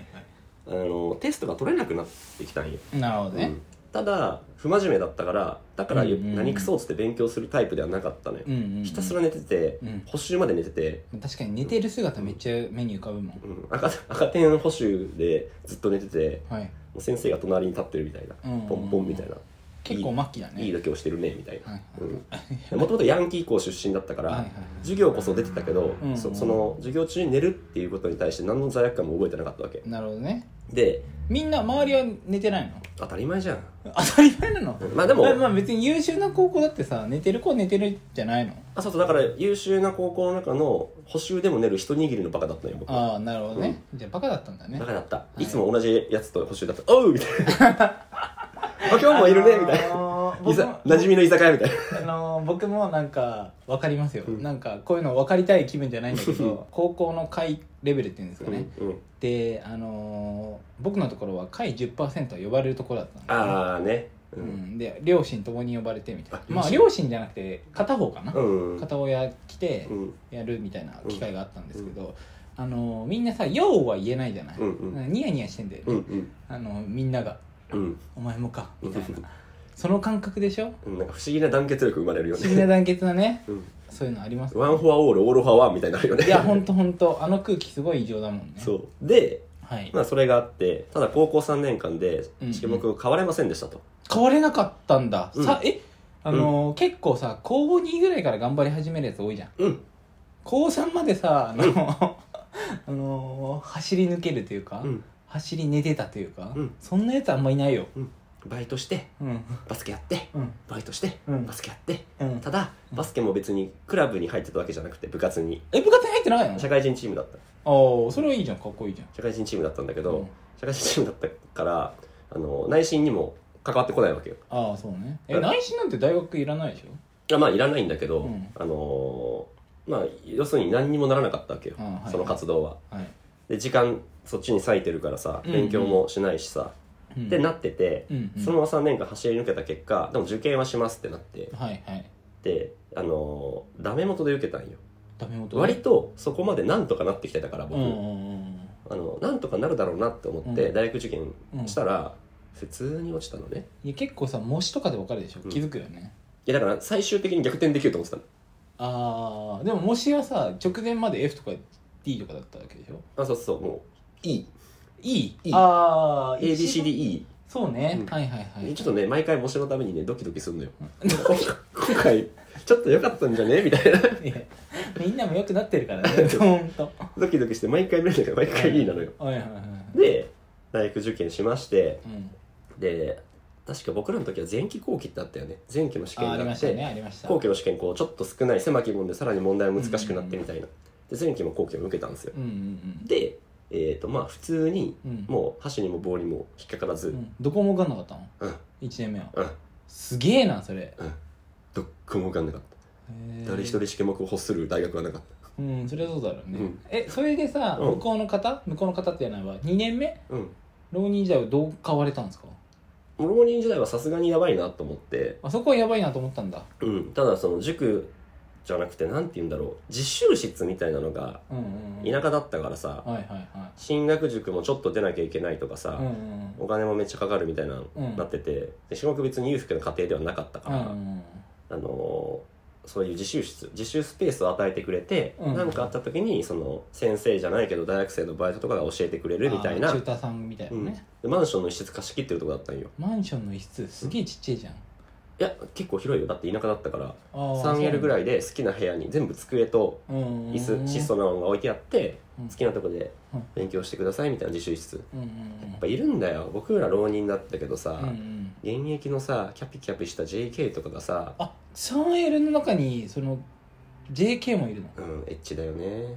Speaker 2: あのテストが取れなくなってきたんよ、
Speaker 1: いなるほど
Speaker 2: う
Speaker 1: ね
Speaker 2: んただ不真面目だったからだから
Speaker 1: うんうんうん
Speaker 2: 何クソっつって勉強するタイプではなかったのよ、
Speaker 1: うんうんうん
Speaker 2: ひたすら寝てて、
Speaker 1: うん
Speaker 2: 補習まで寝てて、
Speaker 1: 確かに寝てる姿めっちゃ目に浮かぶもん
Speaker 2: うん、赤赤点補習でずっと寝てて
Speaker 1: はい
Speaker 2: もう先生が隣に立ってるみたいな、
Speaker 1: うんうんうん
Speaker 2: ポンポンみたいな
Speaker 1: 結構末期だね
Speaker 2: いいだけをしてるねみたいな、
Speaker 1: はい
Speaker 2: うん、もともとヤンキー校出身だったから、
Speaker 1: はいはい
Speaker 2: 授業こそ出てたけど、
Speaker 1: うんうん
Speaker 2: そその授業中に寝るっていうことに対して何の罪悪感も覚えてなかったわけ
Speaker 1: なるほどね
Speaker 2: で
Speaker 1: みんな周りは寝て
Speaker 2: [laughs]
Speaker 1: ないの
Speaker 2: 当たり前じゃん
Speaker 1: 当たり前なの
Speaker 2: まあでも
Speaker 1: まあまあ別に優秀な高校だってさ寝てる子は寝てるんじゃないの
Speaker 2: あそうそうだから優秀な高校の中の補習でも寝る一握りのバカだったのよ僕
Speaker 1: ああなるほどね、じゃあバカだったんだね
Speaker 2: バカだった、
Speaker 1: い
Speaker 2: い、つも同じやつと補習だった「おう!」みたいな「あ今日もいるね」みたいな
Speaker 1: な
Speaker 2: 居ざ馴染みの居酒屋みたいな
Speaker 1: [laughs] あのー僕もなんか分かりますよ、なんかこういうの分かりたい気分じゃないんだけど [laughs] 高校の会レベルっていうんですかね、
Speaker 2: うんうん
Speaker 1: で、あのー僕のところは会10%は呼ばれるところだったんです
Speaker 2: ああねう
Speaker 1: うんん、で両親ともに呼ばれてみたい
Speaker 2: あ
Speaker 1: なまあ
Speaker 2: 両
Speaker 1: 両親じゃなくて片方かな、
Speaker 2: うん
Speaker 1: 片親来て
Speaker 2: うん
Speaker 1: やるみたいな機会があったんですけど、あのーみんなさ「よう」は言えないじゃない、
Speaker 2: うんうん
Speaker 1: なんかニヤニヤしてんだよね、
Speaker 2: うんうん
Speaker 1: あのーみんなが
Speaker 2: うん
Speaker 1: 「お前もか」みたいなその感覚でしょ
Speaker 2: うんなんか不思議な団結力生まれるよ
Speaker 1: 不思議な
Speaker 2: ね
Speaker 1: 団結だね
Speaker 2: うん
Speaker 1: そういうのあります
Speaker 2: ワンフォアオールオールフォアワンみたいになるよね
Speaker 1: [laughs] いやほんとほんとあの空気すごい異常だもんね
Speaker 2: そうで
Speaker 1: はい
Speaker 2: まあそれがあってただ高校3年間で
Speaker 1: うんうん
Speaker 2: 試験目変われませんでしたと、
Speaker 1: 変われなかったんだ、
Speaker 2: うん
Speaker 1: さえあのー結構さ高2ぐらいから頑張り始めるやつ多いじゃん
Speaker 2: うん
Speaker 1: 高3まで [laughs] さあのーあのー走り抜けるというか、
Speaker 2: うん
Speaker 1: 走り寝てたというか、
Speaker 2: うん
Speaker 1: そんなやつあんまいないよ
Speaker 2: うん、バイトして
Speaker 1: うん
Speaker 2: バスケやって
Speaker 1: うん
Speaker 2: バイトして
Speaker 1: うん
Speaker 2: バスケやって
Speaker 1: うん
Speaker 2: ただバスケも別にクラブに入ってたわけじゃなくて部活に
Speaker 1: え部活に入ってないの
Speaker 2: 社会人チームだった
Speaker 1: ああそれはいいじゃんかっこいいじゃん
Speaker 2: 社会人チームだったんだけ
Speaker 1: う
Speaker 2: ど
Speaker 1: ん
Speaker 2: 社会人チームだったからあの内心にも関わってこないわけよ
Speaker 1: ああそうねえ
Speaker 2: うん
Speaker 1: 内心なんて大学いらないでしょ
Speaker 2: あまあいらないんだけど、
Speaker 1: うん
Speaker 2: あのーまあ要するに何にもならなかったわけよ、
Speaker 1: うんはいはい
Speaker 2: その活動は
Speaker 1: はい、
Speaker 2: で時間そっちに割いてるからさ
Speaker 1: うん
Speaker 2: 勉強もしないしさ、
Speaker 1: うん
Speaker 2: ってなってて、
Speaker 1: うんうん
Speaker 2: そのまま3年間走り抜けた結果でも受験はしますってなって
Speaker 1: はいはい
Speaker 2: であのーダメ元で受けたんよ
Speaker 1: ダメ元
Speaker 2: 割とそこまでなんとかなってきてたから
Speaker 1: う
Speaker 2: 僕、
Speaker 1: んうんうん
Speaker 2: あのなんとかなるだろうなって思って
Speaker 1: うん
Speaker 2: 大学受験したら、普通に落ちたのね
Speaker 1: いや結構さ模試とかで分かるでしょ
Speaker 2: うん
Speaker 1: 気づくよね、
Speaker 2: いやだから最終的に逆転できると思ってた
Speaker 1: ああでも模試はさ直前まで F とか D とかだったわけでしょ
Speaker 2: のあそうそうもう E
Speaker 1: E,
Speaker 2: E
Speaker 1: ああ
Speaker 2: ABCDE
Speaker 1: そうね、
Speaker 2: うん
Speaker 1: はいはいはい
Speaker 2: ちょっとね毎回模試の [laughs] ためにねドキドキするのよ今回ちょっと良かったんじゃねみたいな [laughs]
Speaker 1: いやみんなも良くなってるからねほんと
Speaker 2: ドキドキして毎回見るんだけど毎回いいなのよ
Speaker 1: はいはいはい
Speaker 2: で大学受験しまして
Speaker 1: うん
Speaker 2: で確か僕らの時は前期後期ってあったよね前期の試験
Speaker 1: ああり
Speaker 2: があ
Speaker 1: ま
Speaker 2: っ
Speaker 1: した
Speaker 2: て、
Speaker 1: ねありました
Speaker 2: 後期の試験こうちょっと少ない狭き門でさらに問題も難しくなってみたいな、で前期も後期も受けたんですよ
Speaker 1: うんうん
Speaker 2: でえっ、とまあ普通に
Speaker 1: うんうん
Speaker 2: もう箸にも棒にも引っかからず、
Speaker 1: う
Speaker 2: うん
Speaker 1: んどこも受かんなかったの
Speaker 2: うん
Speaker 1: 1年目は
Speaker 2: うん、
Speaker 1: すげえなそれ
Speaker 2: どっこも受かんなかった誰一
Speaker 1: 人
Speaker 2: 人試験目を欲する大学はなかっ
Speaker 1: うんそれはそうだろうね
Speaker 2: うん
Speaker 1: えそれでさ
Speaker 2: うん
Speaker 1: 向こうの方向こうの方っていうのは2年目
Speaker 2: たうん
Speaker 1: 浪人時代はどう変われたんですか
Speaker 2: 浪人時代はさすがにやばいなと思って、
Speaker 1: あそこはやばいなと思ったんだ
Speaker 2: うん、ただその塾じゃなくてなんて言うんだろう実習室みたいなのが
Speaker 1: うんうんうん
Speaker 2: 田舎だったからさ、
Speaker 1: はいはいはい
Speaker 2: 進学塾もちょっと出なきゃいけないとかさ
Speaker 1: うん、うん
Speaker 2: お金もめっちゃかかるみたいな
Speaker 1: うんうん
Speaker 2: なっててで種目別に裕福な家庭ではなかった
Speaker 1: う
Speaker 2: か
Speaker 1: んう
Speaker 2: ら、
Speaker 1: ん
Speaker 2: あのーそういう自習室自習スペースを与えてくれて
Speaker 1: うん
Speaker 2: 何、なん、かあった時にその先生じゃないけど大学生のバイトとかが教えてくれるみたいな、
Speaker 1: あ
Speaker 2: う
Speaker 1: ー
Speaker 2: ん
Speaker 1: 中田さんみたいなね
Speaker 2: でマンションの一室貸し切ってるとこだったんよ
Speaker 1: マンションの一室すげえちっちゃいじゃん
Speaker 2: いや結構広いよだって田舎だったから
Speaker 1: あー
Speaker 2: 3L ぐらいで好きな部屋に全部机と
Speaker 1: そうなんだうんうんうん
Speaker 2: 椅子質素なのが置いてあって
Speaker 1: うん
Speaker 2: 好きなとこで
Speaker 1: うん
Speaker 2: 勉強してくださいみたいな自習室
Speaker 1: うんうん
Speaker 2: やっぱいるんだよ僕ら浪人だったけどさ、
Speaker 1: うんうんうん
Speaker 2: 現役のさキャピキャピした JK とかがさ
Speaker 1: あ 3L の中にその JK もいるの
Speaker 2: うんエッチだよね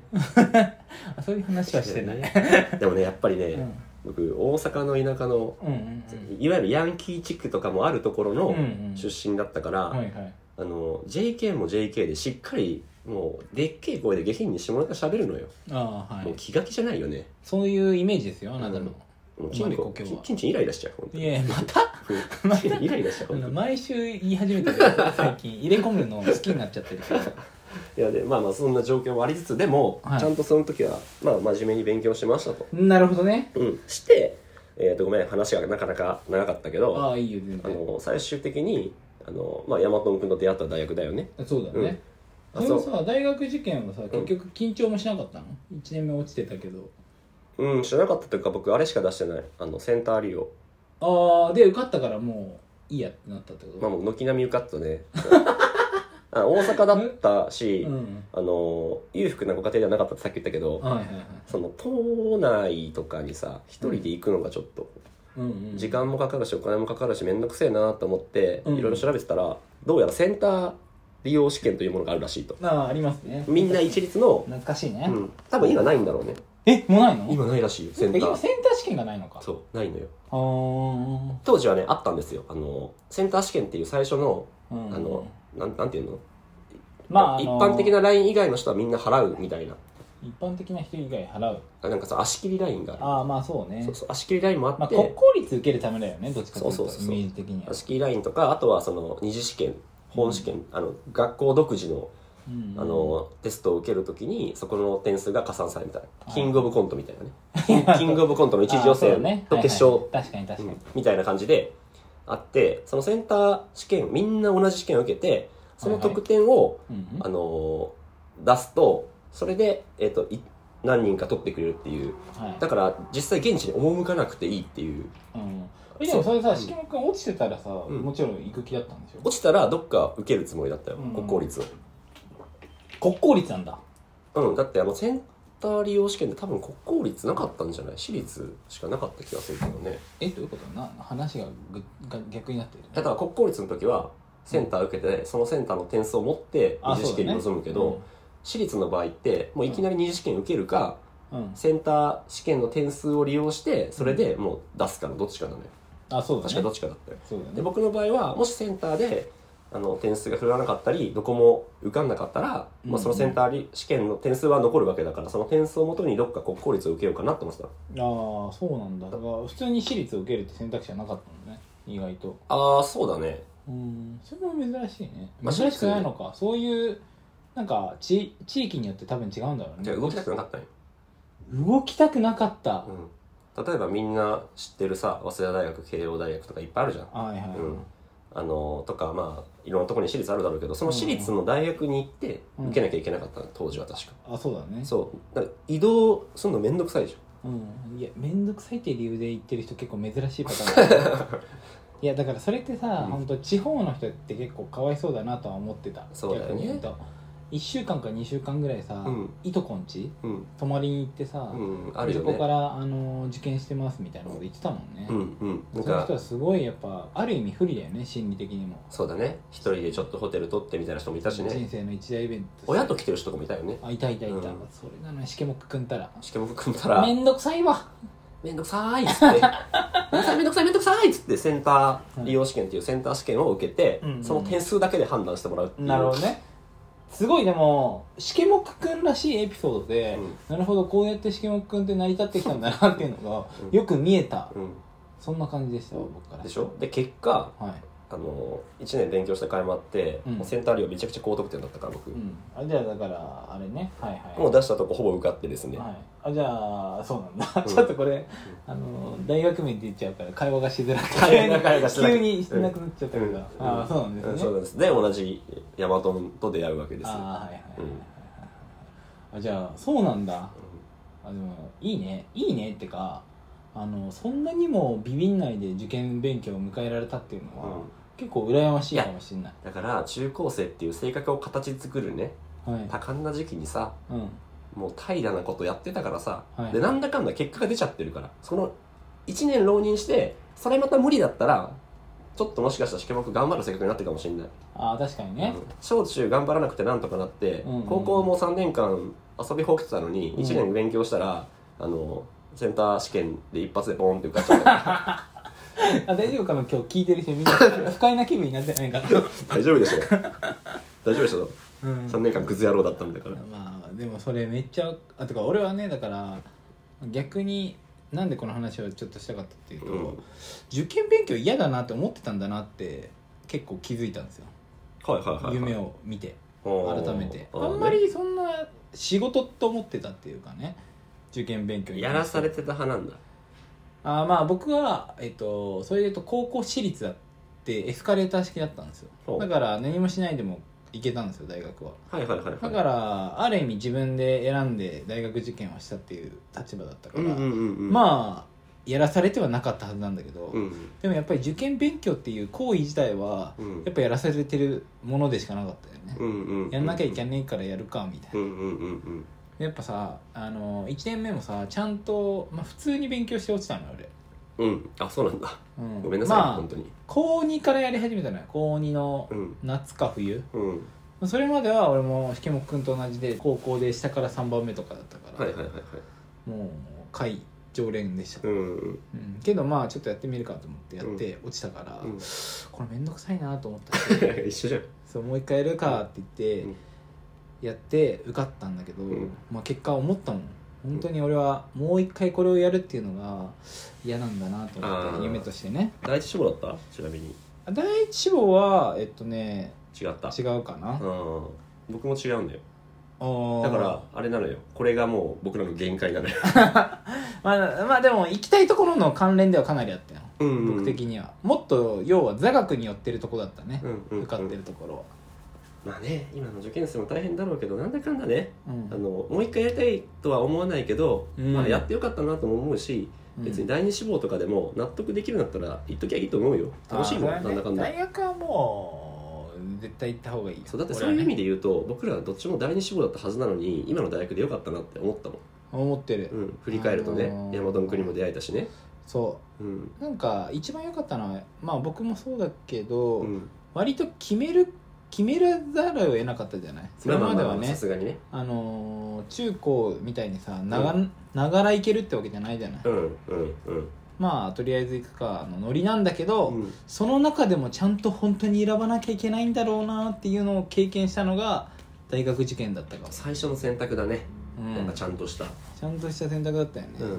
Speaker 1: あそういう話はしてない、
Speaker 2: でもねやっぱりね、
Speaker 1: うん、
Speaker 2: 僕大阪の田舎の
Speaker 1: うんうん
Speaker 2: いわゆるヤンキー地区とかもあるところ
Speaker 1: うん
Speaker 2: の
Speaker 1: うん
Speaker 2: 出身だったから、
Speaker 1: はいはい
Speaker 2: あの JK も JK でしっかりもうでっけえ声で下品に下ネタ喋るのよ、
Speaker 1: ああは
Speaker 2: もう
Speaker 1: い
Speaker 2: 気が気じゃないよね
Speaker 1: そういうイメージですよあなたの、
Speaker 2: もうチン
Speaker 1: マ
Speaker 2: コ
Speaker 1: リコ今日は
Speaker 2: チンチンイライラしちゃう本当
Speaker 1: い
Speaker 2: に
Speaker 1: やまたまた
Speaker 2: チン [laughs] チンイライラしちゃう本当に
Speaker 1: 毎週言い始めてるよ最近入れ込むの好きになっちゃってるけど
Speaker 2: いやでまあまあそんな状況もありつつでも、
Speaker 1: はい
Speaker 2: ちゃんとその時はまあ真面目に勉強しましたと、
Speaker 1: [laughs] なるほどね
Speaker 2: うん、して、えー、とごめん話がなかなか長かったけど
Speaker 1: ああいいよ全
Speaker 2: あ
Speaker 1: 然
Speaker 2: の最終的にあの、まあ、大和君と出会った大学だよね
Speaker 1: そうだね、
Speaker 2: うんあ
Speaker 1: それさ大学受験はさ結局緊張もしなかったの、一 ?1 年目落ちてたけど
Speaker 2: うん知らなかったというか僕あれしか出してないあのセンター利用
Speaker 1: ああで受かったからもういいやってなったってこと、
Speaker 2: まあもう軒並み受かった
Speaker 1: [laughs]
Speaker 2: ねあ大阪だったし、
Speaker 1: うん
Speaker 2: あの裕福なご家庭ではなかったってさっき言ったけど
Speaker 1: はいはいはい
Speaker 2: その島内とかにさ一人で行くのがちょっと
Speaker 1: うんうん
Speaker 2: 時間もかかるしお金もかかるし面倒くせえなと思って
Speaker 1: うん
Speaker 2: いろいろ調べてたらどうやらセンター利用試験というものがあるらしいと
Speaker 1: ああありますね
Speaker 2: みんな一律の、
Speaker 1: 懐かしいうね、
Speaker 2: ん、多分今ないんだろうね
Speaker 1: えもうないの
Speaker 2: 今ないらしいよセ
Speaker 1: セ
Speaker 2: ン
Speaker 1: ン
Speaker 2: タ
Speaker 1: ター
Speaker 2: ー
Speaker 1: センター試験がないのかう
Speaker 2: そうないのよ
Speaker 1: あー
Speaker 2: 当時はねあったんですよあのセンター試験っていう最初の
Speaker 1: うん
Speaker 2: あの、なんなんていうの、
Speaker 1: まあ、あ
Speaker 2: 一
Speaker 1: の
Speaker 2: 般的なライン以外の人はみんな払うみたいな
Speaker 1: 一般的な人以外払う
Speaker 2: あなんかさ足切りラインがある
Speaker 1: ああまあそうね
Speaker 2: そうそう足切りラインもあ
Speaker 1: まあ、
Speaker 2: って、
Speaker 1: 国公立受けるためだよねどっちかというと
Speaker 2: そうそうそうそう
Speaker 1: イメージ的には、
Speaker 2: 足切りラインとかあとはその二次試験本試験、あの学校独自の
Speaker 1: うん
Speaker 2: あの、テストを受けるときにそこの点数が加算されるみたい
Speaker 1: は
Speaker 2: ないキングオブコントみたいな
Speaker 1: [laughs]
Speaker 2: ねキングオブコントの一次予
Speaker 1: あーそうだ
Speaker 2: 選
Speaker 1: ね
Speaker 2: と決
Speaker 1: はいは
Speaker 2: 勝
Speaker 1: い確かに確か
Speaker 2: う
Speaker 1: に
Speaker 2: ん、みたいな感じであってそのセンター試験みんな同じ試験を受けてその得点を、
Speaker 1: うん
Speaker 2: あのー出すとそれで、えっとい何人か取ってくれるっていう
Speaker 1: はい
Speaker 2: だから実際現地に赴かなくていいっていう
Speaker 1: うんえでもそれ
Speaker 2: う
Speaker 1: さ
Speaker 2: ん
Speaker 1: 四季君落ちてたらさ、
Speaker 2: ん
Speaker 1: もちろん行く気だったんでしょ
Speaker 2: 落ちたらどっか受けるつもりだったよ、
Speaker 1: うん
Speaker 2: 国公立
Speaker 1: 国公立なんだ
Speaker 2: をうんだってあのセンター利用試験で多分国公立なかったんじゃない私立しかなかった気がするけどね
Speaker 1: えどういうことな話がぐが逆になってる
Speaker 2: だから国公立の時はセンター受けて、そのセンターの点数を持って二次試験に臨むけど、私立の場合ってもういきなり二次試験受けるか、
Speaker 1: うんうん
Speaker 2: センター試験の点数を利用してそれでもう出すかのどっちかなのよ
Speaker 1: あそうだ
Speaker 2: 確か
Speaker 1: ね
Speaker 2: どっちかだったよ
Speaker 1: そうだ
Speaker 2: で
Speaker 1: ね
Speaker 2: 僕の場合はもしセンターであの点数が振らなかったりどこも受かんなかったら、
Speaker 1: うん
Speaker 2: まあ、そのセンターり試験の点数は残るわけだからその点数をもとにどっか国公立を受けようかなって思って
Speaker 1: あ
Speaker 2: た
Speaker 1: あそうなんだだから普通に私立を受けるって選択肢はなかったのね意外と
Speaker 2: ああそうだね
Speaker 1: うんそれも珍しいね
Speaker 2: まあ
Speaker 1: 珍しくないのかそういうなんかち地域によって多分違うんだろうね
Speaker 2: じゃあ動きたくなかったね、
Speaker 1: 動きたくなかった、
Speaker 2: うん、例えばみんな知ってるさ早稲田大学慶応大学とかいっぱいあるじゃん
Speaker 1: はいはいはい、
Speaker 2: うんあのとかまあいろんなところに私立あるだろうけどその私立の大学に行って受けなきゃいけなかったの当時は確か
Speaker 1: あそうだね
Speaker 2: そうだから移動するのめんどくさいでしょ
Speaker 1: うんいや面倒くさいっていう理由で言ってる人結構珍しいパターンだ
Speaker 2: [laughs]
Speaker 1: ねいやだからそれってさ、
Speaker 2: うん
Speaker 1: ほんと地方の人って結構かわいそうだなとは思ってた
Speaker 2: そうだよね
Speaker 1: 逆に言うと1週間か2週間ぐらいさ、
Speaker 2: うん
Speaker 1: いとこんち
Speaker 2: うん
Speaker 1: 泊まりに行ってさ、
Speaker 2: うんあ
Speaker 1: い
Speaker 2: るよ
Speaker 1: とこか
Speaker 2: ね
Speaker 1: ら、あの受験してますみたいなこと言ってたもんね、
Speaker 2: うんうんなん
Speaker 1: その
Speaker 2: か
Speaker 1: 人はすごいやっぱある意味不利だよね心理的にも、
Speaker 2: そうだね一人でちょっとホテル取ってみたいな人もいたし
Speaker 1: 人
Speaker 2: ね
Speaker 1: 生の一大イベント
Speaker 2: 親と来てる人とかもいたよね
Speaker 1: あいたいたいた、
Speaker 2: うん
Speaker 1: それなのにしけもくくんたら
Speaker 2: しかも組んだら
Speaker 1: めんどくさいわ
Speaker 2: めんどくさーいっつって「めんどくさいめんどくさいめんどくさい」っつってセンター利用試験っていうセンター試験を受けて、
Speaker 1: うんうん
Speaker 2: その点数だけで判断してもらうっていう
Speaker 1: なるほどねすごいでもしけもくくんらしいエピソードで、
Speaker 2: うん
Speaker 1: なるほどこうやってしけもくくんって成り立ってきたんだなっていうの
Speaker 2: うん
Speaker 1: がよく見えた、
Speaker 2: う
Speaker 1: そんな感じでしたわ僕から
Speaker 2: ん、でしょで結果
Speaker 1: はい、
Speaker 2: あの1年勉強した回もあって、
Speaker 1: うん
Speaker 2: もうセンター利用めちゃくちゃ高得点だったから僕、
Speaker 1: うん、あじゃあだからあれねはいはい
Speaker 2: もう出したとこほぼ受かってですね、
Speaker 1: はい、あじゃあそうなんだ、
Speaker 2: うん
Speaker 1: ちょっとこれあの大学名出ちゃうから会話がしづらく
Speaker 2: 会話がしづらく
Speaker 1: 急にしてなくなっちゃったから、ああそうなんですね、
Speaker 2: うそうなんですで同じヤマトンと出会うわけです
Speaker 1: ああはいはいはいはいはい、
Speaker 2: うん
Speaker 1: あじゃあそうなんだあでもいいねいいねってかあのそんなにもビビんないで受験勉強を迎えられたっていうのは、
Speaker 2: うん
Speaker 1: 結構羨ましいかもしれない
Speaker 2: だから中高生っていう性格を形作るね
Speaker 1: はい
Speaker 2: 多感な時期にさ
Speaker 1: うん
Speaker 2: もう平らなことやってたからさ、
Speaker 1: はい
Speaker 2: でなんだかんだ結果が出ちゃってるからその1年浪人してそれまた無理だったらちょっともしかしたら試験僕頑張る性格になってるかもしれない
Speaker 1: ああ確かにね、
Speaker 2: うん小中頑張らなくてなんとかなって、
Speaker 1: うんうん
Speaker 2: 高校も3年間遊びほうけてたのに
Speaker 1: うん
Speaker 2: 1年勉強したら、あのセンター試験で一発でボーンって受かっちゃった
Speaker 1: [laughs] あ大丈夫かな今日聞いてる人みんな不快な気分になって
Speaker 2: [laughs]
Speaker 1: ないかな
Speaker 2: 大丈夫でしょ大丈夫でしょ
Speaker 1: うん
Speaker 2: 3年間クズ野郎だったんだから
Speaker 1: まあでもそれめっちゃあとか俺はねだから逆になんでこの話をちょっとしたかったっていうと、
Speaker 2: うん
Speaker 1: 受験勉強嫌だなって思ってたんだなって結構気づいたんですよ
Speaker 2: はいはいはい、はい、
Speaker 1: 夢を見て
Speaker 2: を
Speaker 1: 改めてあんまりそんな仕事と思ってたっていうかね受験勉強に
Speaker 2: やらされてた派なんだ
Speaker 1: あーまあ僕は、えっと、それで言うと高校私立だってエスカレーター式だったんです
Speaker 2: ほ
Speaker 1: よ
Speaker 2: う
Speaker 1: だから何もしないでも行けたんですよ大学は
Speaker 2: はいはいはいはい
Speaker 1: だからある意味自分で選んで大学受験をしたっていう立場だったか
Speaker 2: う
Speaker 1: ら、
Speaker 2: んうんうんうん
Speaker 1: まあやらされてはなかったはずなんだけど、
Speaker 2: うん
Speaker 1: でもやっぱり受験勉強っていう行為自体は
Speaker 2: うん
Speaker 1: やっぱやらされてるものでしかなかったよね、
Speaker 2: うんうんうん
Speaker 1: やんなきゃいけねえからやるかみたいな
Speaker 2: う、んうんうん
Speaker 1: やっぱさあの1年目もさちゃんと、まあ、普通に勉強して落ちたのよ俺、
Speaker 2: うんうんあそうなんだ
Speaker 1: うん
Speaker 2: ごめんなさい、
Speaker 1: ま
Speaker 2: 本
Speaker 1: あ
Speaker 2: 当に
Speaker 1: 高2からやり始めたのよ高2の
Speaker 2: うん
Speaker 1: 夏か冬、
Speaker 2: うん
Speaker 1: それまでは俺もしけもくんと同じで高校で下から3番目とかだったから、
Speaker 2: はいはいはいはい
Speaker 1: もう会常連でした、
Speaker 2: う
Speaker 1: うん
Speaker 2: んうん [laughs]
Speaker 1: けどまあちょっとやってみるかと思ってやって落ちたから、
Speaker 2: うん
Speaker 1: これめんどくさいなと思ったし
Speaker 2: 一緒じゃん
Speaker 1: そうもう一回やるかって言
Speaker 2: う
Speaker 1: っ
Speaker 2: ん
Speaker 1: てやって受かったんだけど、
Speaker 2: うん
Speaker 1: まあ、結果思ったもん本当に俺はもう一回これをやるっていうのが嫌なんだなと思っ
Speaker 2: あー
Speaker 1: て夢としてね
Speaker 2: 第一志望だったちなみに
Speaker 1: 第一志望はえっとね
Speaker 2: 違った
Speaker 1: 違うかな
Speaker 2: うん僕も違うんだよ
Speaker 1: あー
Speaker 2: だからあれなのよこれがもう僕らの限界なのよ
Speaker 1: まあ、まあでも行きたいところの関連ではかなりあったよ、
Speaker 2: うんうん
Speaker 1: 僕的にはもっと要は座学に寄ってるとこだったね、
Speaker 2: うんうんうん
Speaker 1: 受かってるところは、
Speaker 2: まあね今の受験生も大変だろうけどなんだかんだね
Speaker 1: うん
Speaker 2: あのもう一回やりたいとは思わないけど、
Speaker 1: うん
Speaker 2: まあ、やってよかったなとも思うし、別に第二志望とかでも納得できるんだったら言っときゃいいと思うよ楽しいもん、
Speaker 1: あーそ
Speaker 2: な
Speaker 1: れはね
Speaker 2: んだかん
Speaker 1: 大
Speaker 2: だ
Speaker 1: 学はもう絶対行った方がいいよ
Speaker 2: そうだってそういう意味
Speaker 1: で
Speaker 2: で言うと、僕らはどっちも第二志望だったはずなのに今の大学でよかったなって思ったもん、
Speaker 1: 思ってる、
Speaker 2: うん、振り返るとね、
Speaker 1: あのー
Speaker 2: 大和の国も出会えたしね
Speaker 1: そ
Speaker 2: うん、
Speaker 1: うなんか一番良かったのはまあ僕もそうだけど、
Speaker 2: うん、
Speaker 1: 割と決める決めらざるを得なかったじゃないそれまでは
Speaker 2: さ
Speaker 1: ね
Speaker 2: すがにね
Speaker 1: あのー中高みたいにさなが,、ながら行けるってわけじゃないじゃない、
Speaker 2: うんうんうん
Speaker 1: まあとりあえず行くかのノリなんだけど、
Speaker 2: うん
Speaker 1: その中でもちゃんと本当に選ばなきゃいけないんだろうなっていうのを経験したのが大学受験だったから、
Speaker 2: 最初の選択だね、
Speaker 1: うん
Speaker 2: なんかちゃんとした、
Speaker 1: ちゃんとした選択だったよね、
Speaker 2: う
Speaker 1: い
Speaker 2: ん、
Speaker 1: や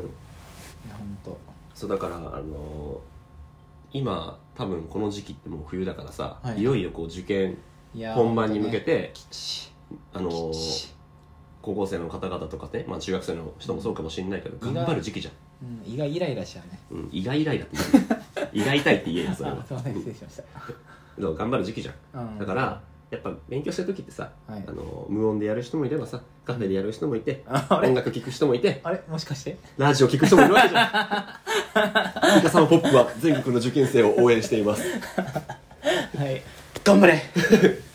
Speaker 1: 本当
Speaker 2: そうだからあのー今多分この時期ってもう冬だからさ、
Speaker 1: はい
Speaker 2: い、よいよこう受験
Speaker 1: いや
Speaker 2: 本番に向け
Speaker 1: て、
Speaker 2: て、
Speaker 1: きっち
Speaker 2: あのー
Speaker 1: きっち
Speaker 2: 高校生の方々とかね、まあ、中学生の人もそうかもしれないけど
Speaker 1: うん
Speaker 2: 頑張る時期じゃん
Speaker 1: うん、胃がイライラしちゃうね
Speaker 2: うん、胃がイライラって
Speaker 1: [laughs]
Speaker 2: 言う胃が痛いって言えよそれ
Speaker 1: あ
Speaker 2: は
Speaker 1: すいません失礼しまし
Speaker 2: でも頑張る時期じゃん
Speaker 1: た、うん、
Speaker 2: だからやっぱ勉強してる時ってさ、
Speaker 1: はい
Speaker 2: あの無音でやる人もいればさカフェでやる人もいて
Speaker 1: [laughs] ああれ
Speaker 2: 音楽聴く人もいて
Speaker 1: あれもしかして
Speaker 2: ラジオ聴く人もいるわけじ
Speaker 1: [laughs]
Speaker 2: ゃん皆さんポップは全国の受験生を応援しています
Speaker 1: はい
Speaker 2: 頑張れ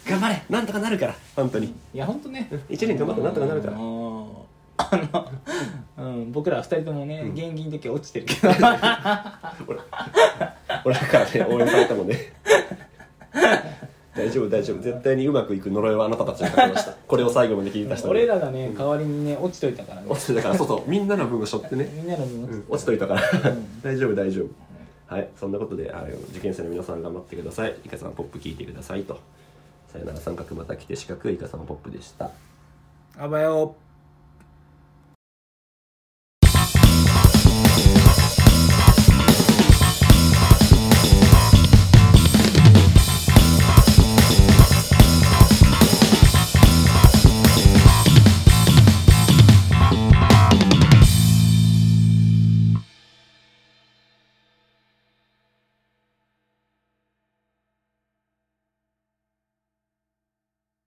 Speaker 1: 頑張れ
Speaker 2: なんとかなるから本当に
Speaker 1: いや本当ね
Speaker 2: 一年頑張ったらなんとかなるから
Speaker 1: あの [laughs] あの、うん、僕ら二人ともね、
Speaker 2: うん
Speaker 1: 現金の時は落ちてるけど
Speaker 2: 俺俺から
Speaker 1: [laughs]
Speaker 2: ね応援されたもんね大丈夫大丈夫絶対にうまくいく呪いはあなたたちにかけましたこれを最後まで聞いた人
Speaker 1: 俺らがね代わりにね落ちといたからね
Speaker 2: 落ちてたからそうそうみんなの分を背負ってね、
Speaker 1: みんなの分落
Speaker 2: う
Speaker 1: ち
Speaker 2: ん、落ちといたから、
Speaker 1: ん
Speaker 2: 大丈夫大丈夫はいそんなことであの受験生の皆さん頑張ってくださいイカさんポップ聞いてくださいとさよなら三角また来て四角いイカさんポップでした
Speaker 1: あばよ